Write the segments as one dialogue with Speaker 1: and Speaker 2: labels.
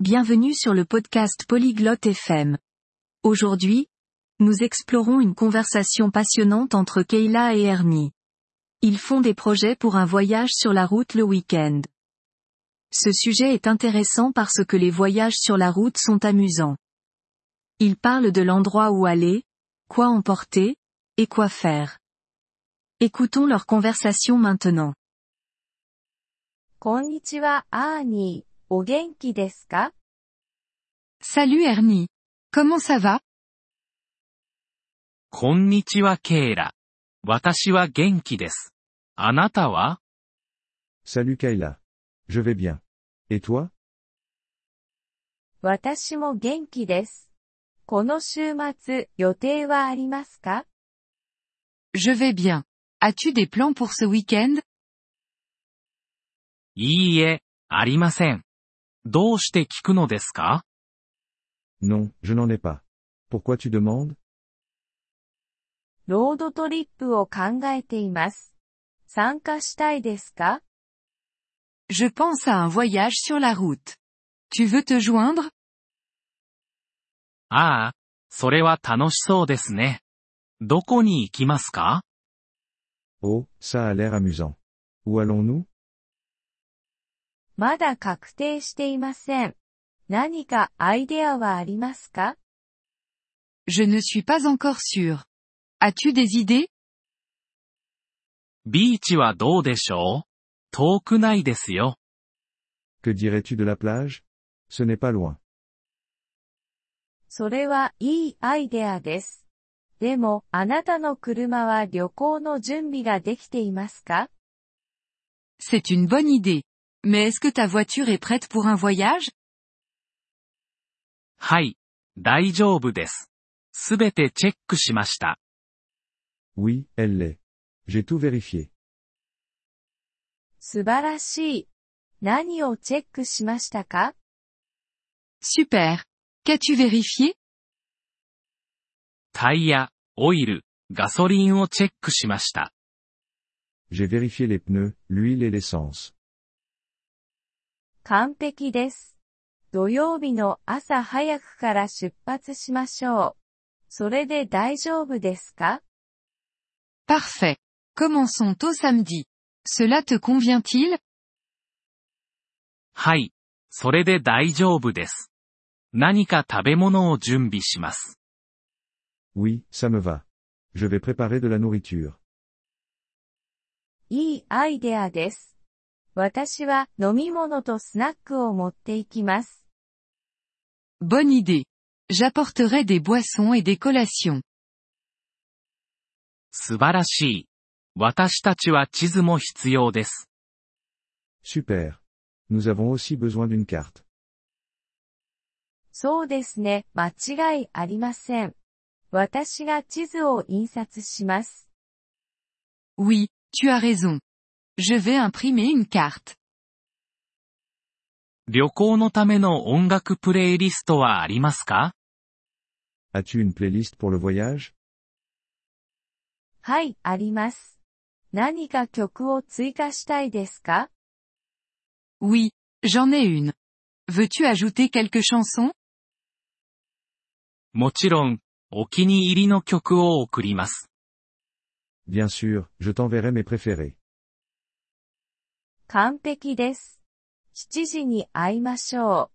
Speaker 1: Bienvenue sur le podcast Polyglotte FM. Aujourd'hui, nous explorons une conversation passionnante entre Kayla et Ernie. Ils font des projets pour un voyage sur la route le week-end. Ce sujet est intéressant parce que les voyages sur la route sont amusants. Ils parlent de l'endroit où aller, quoi emporter, et quoi faire. Écoutons leur conversation maintenant.
Speaker 2: こんにちは、アーニー。お元気ですか
Speaker 1: Salut Ernie. Comment ça va
Speaker 3: こんにちは、ケイラ。私は元気です。あなたは
Speaker 4: Salut Kayla. Je vais bien. Et toi
Speaker 2: 私も元気です。この週末、予定はありますか
Speaker 1: Je vais bien. As-tu des plans pour ce week-end
Speaker 3: いいえ、ありません。どうして聞くのですか
Speaker 4: Non, je n'en ai pas. Pourquoi tu demandes
Speaker 2: ロードトリップを考えています。参加したいですか
Speaker 1: Je pense à un voyage sur la route. Tu veux te joindre
Speaker 3: ああ、それは楽しそうですね。どこに行きますか
Speaker 4: Oh, ça a l'air amusant. Où allons-nous
Speaker 2: まだ確定していません。何かアイデアはありますか
Speaker 1: Je ne suis pas encore sûr. As-tu des idées
Speaker 3: ビーチはどうでしょう遠くないですよ。
Speaker 4: Que dirais-tu de la plage Ce n'est pas loin.
Speaker 2: それはいいアイデアです。でも、あなたの車は旅行の準備ができていますか
Speaker 1: C'est une bonne idée. Mais est-ce que ta voiture est prête pour un voyage
Speaker 3: はい、大丈夫です。すべてチェックしました。
Speaker 4: Oui, elle l'est. J'ai tout vérifié.
Speaker 2: 素晴らしい。何をチェックしましたか
Speaker 1: Super. Qu'as-tu vérifié
Speaker 3: タイヤ、オイル、ガソリンをチェックしました。
Speaker 4: J'ai vérifié les pneus, l'huile et l'essence.
Speaker 2: 完璧です。土曜日の朝早くから出発しましょう。それで大丈夫ですか
Speaker 1: Parfait. Commençons au samedi. Cela te convient-il
Speaker 3: はい、それで大丈夫です。何か食べ物を準備します。
Speaker 4: Oui, ça me va. Je vais préparer de la nourriture.
Speaker 2: いいアイデアです。私は飲み物とスナックを持っていきます。
Speaker 1: Bonne idée. J'apporterai des boissons et des collations.
Speaker 3: 素晴らしい。私たちは地図も必要です。
Speaker 4: Super. Nous avons aussi besoin d'une carte.
Speaker 2: そうですね。間違いありません。私が地図を印刷します。
Speaker 1: Oui, tu as raison. Je vais imprimer une carte.
Speaker 3: 旅行のための音楽プレイリストはありますか
Speaker 4: As-tu une playlist pour le voyage
Speaker 2: はい、あります。何か曲を追加したいですか
Speaker 1: Oui, j'en ai une. Veux-tu ajouter quelques chansons
Speaker 3: もちろん、お気に入りの曲を送ります。
Speaker 4: Bien sûr, je t'enverrai mes préférés.
Speaker 2: 完璧です。7時に会いましょ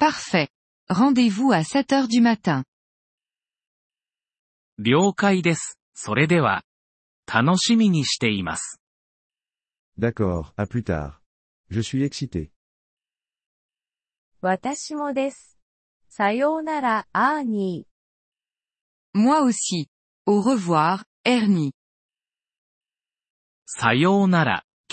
Speaker 2: う。
Speaker 1: Parfait. Rendez-vous à 7 heures du matin.
Speaker 3: 了解です。それでは、楽しみにしています。
Speaker 4: D'accord, à plus tard. Je suis excité.
Speaker 2: 私もです。さようなら、アーニー。
Speaker 1: Moi aussi. Au revoir, Ernie.
Speaker 3: さようなら、